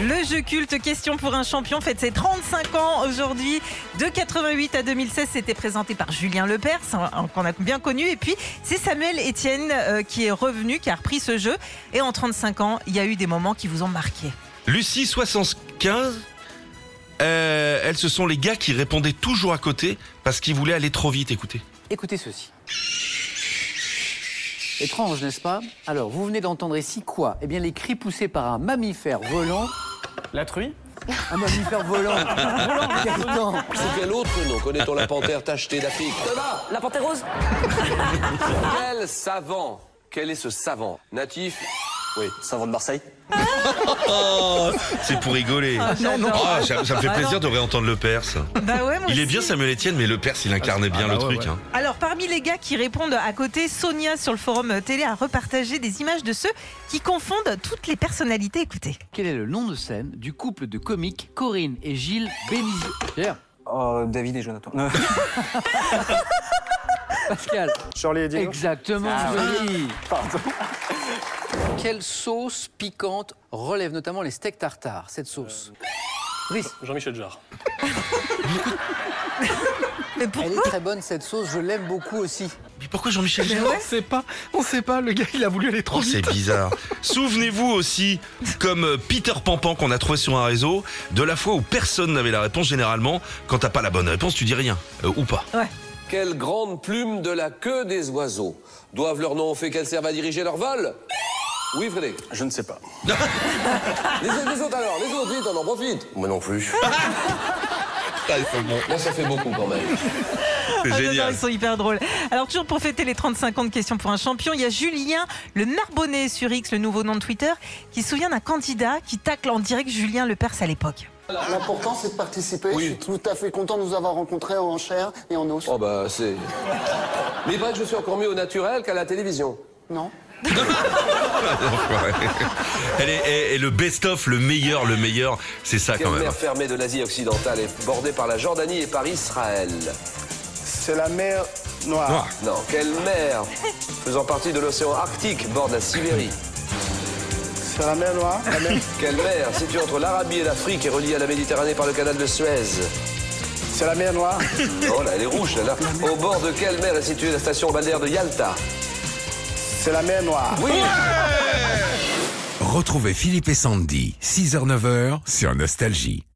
Le jeu culte Question pour un champion fête ses 35 ans aujourd'hui. De 88 à 2016, c'était présenté par Julien Lepers, un- qu'on a bien connu. Et puis, c'est Samuel Etienne euh, qui est revenu, qui a repris ce jeu. Et en 35 ans, il y a eu des moments qui vous ont marqué. Lucie 75, euh, elles ce sont les gars qui répondaient toujours à côté parce qu'ils voulaient aller trop vite, écoutez. Écoutez ceci. Étrange, n'est-ce pas Alors, vous venez d'entendre ici quoi Eh bien, les cris poussés par un mammifère volant. La truie Un mammifère volant Volant, Gaëtan. Sous quel autre nom connaît-on la panthère tachetée d'Afrique Thomas La panthère rose Quel savant Quel est ce savant Natif Oui. Savant de Marseille C'est pour rigoler. non, non. Ah, ça, ça me fait Ah, plaisir de réentendre le Perse. Bah ouais, moi Il est aussi. bien Samuel Etienne, mais le Perse, il incarnait bien bah le ouais, truc. ouais. hein. Alors, parmi les gars qui répondent à côté, Sonia sur le forum euh, télé a repartagé des images de ceux qui confondent toutes les personnalités. Écoutez. Quel est le nom de scène du couple de comiques Corinne et Gilles Bénizio D'ailleurs, Oh, David et Jonathan. Pascal. Charlie et Dino Ah. Exactement, joli. Quelle sauce piquante relève notamment les steaks tartares, cette sauce Brice, Jean-Michel Jarre. Mais elle pourquoi est très bonne cette sauce, je l'aime beaucoup aussi. Mais pourquoi Jean-Michel Jarre On sait pas, on sait pas, le gars il a voulu aller trop Oh, c'est vite. bizarre. Souvenez-vous aussi, comme euh, Peter Pampan qu'on a trouvé sur un réseau, de la fois où personne n'avait la réponse généralement. Quand t'as pas la bonne réponse, tu dis rien. euh, ou pas. Quelle grande plume de la queue des oiseaux Doivent leur nom au fait qu'elles servent à diriger leur vol Oui, Frédéric Je ne sais pas. les, autres- les autres alors, les autres, vite, on en profite Moi non plus. Ah, Là, ça fait beaucoup quand même. C'est Ah non, non, génial. ils sont hyper drôles. Alors, toujours pour fêter les 35 ans de questions pour un champion, il y a Julien Le Narbonnet sur X, le nouveau nom de Twitter, qui se souvient d'un candidat qui tacle en direct Julien Lepers à l'époque. L'important, c'est de participer. Oui. Je suis tout à fait content de vous avoir rencontré en chair et en os. Oh bah, c'est... Mais il paraît que je suis encore mieux au naturel qu'à la télévision. Non Elle est, et- et le best-of, le meilleur, le meilleur, c'est ça Quelle quand même. mer fermée de l'Asie occidentale est bordée par la Jordanie et par Israël C'est la mer noire. Noir. Non, quelle mer faisant partie de l'océan Arctique borde la Sibérie C'est la mer noire. La mer- Quelle mer située entre l'Arabie et l'Afrique et reliée à la Méditerranée par le canal de Suez C'est la mer noire. Oh là, elle est rouge, là, là. Au bord de quelle mer est située la station balnéaire de Yalta C'est la mer noire. Retrouvez Philippe et Sandy, 6h-9h sur Nostalgie.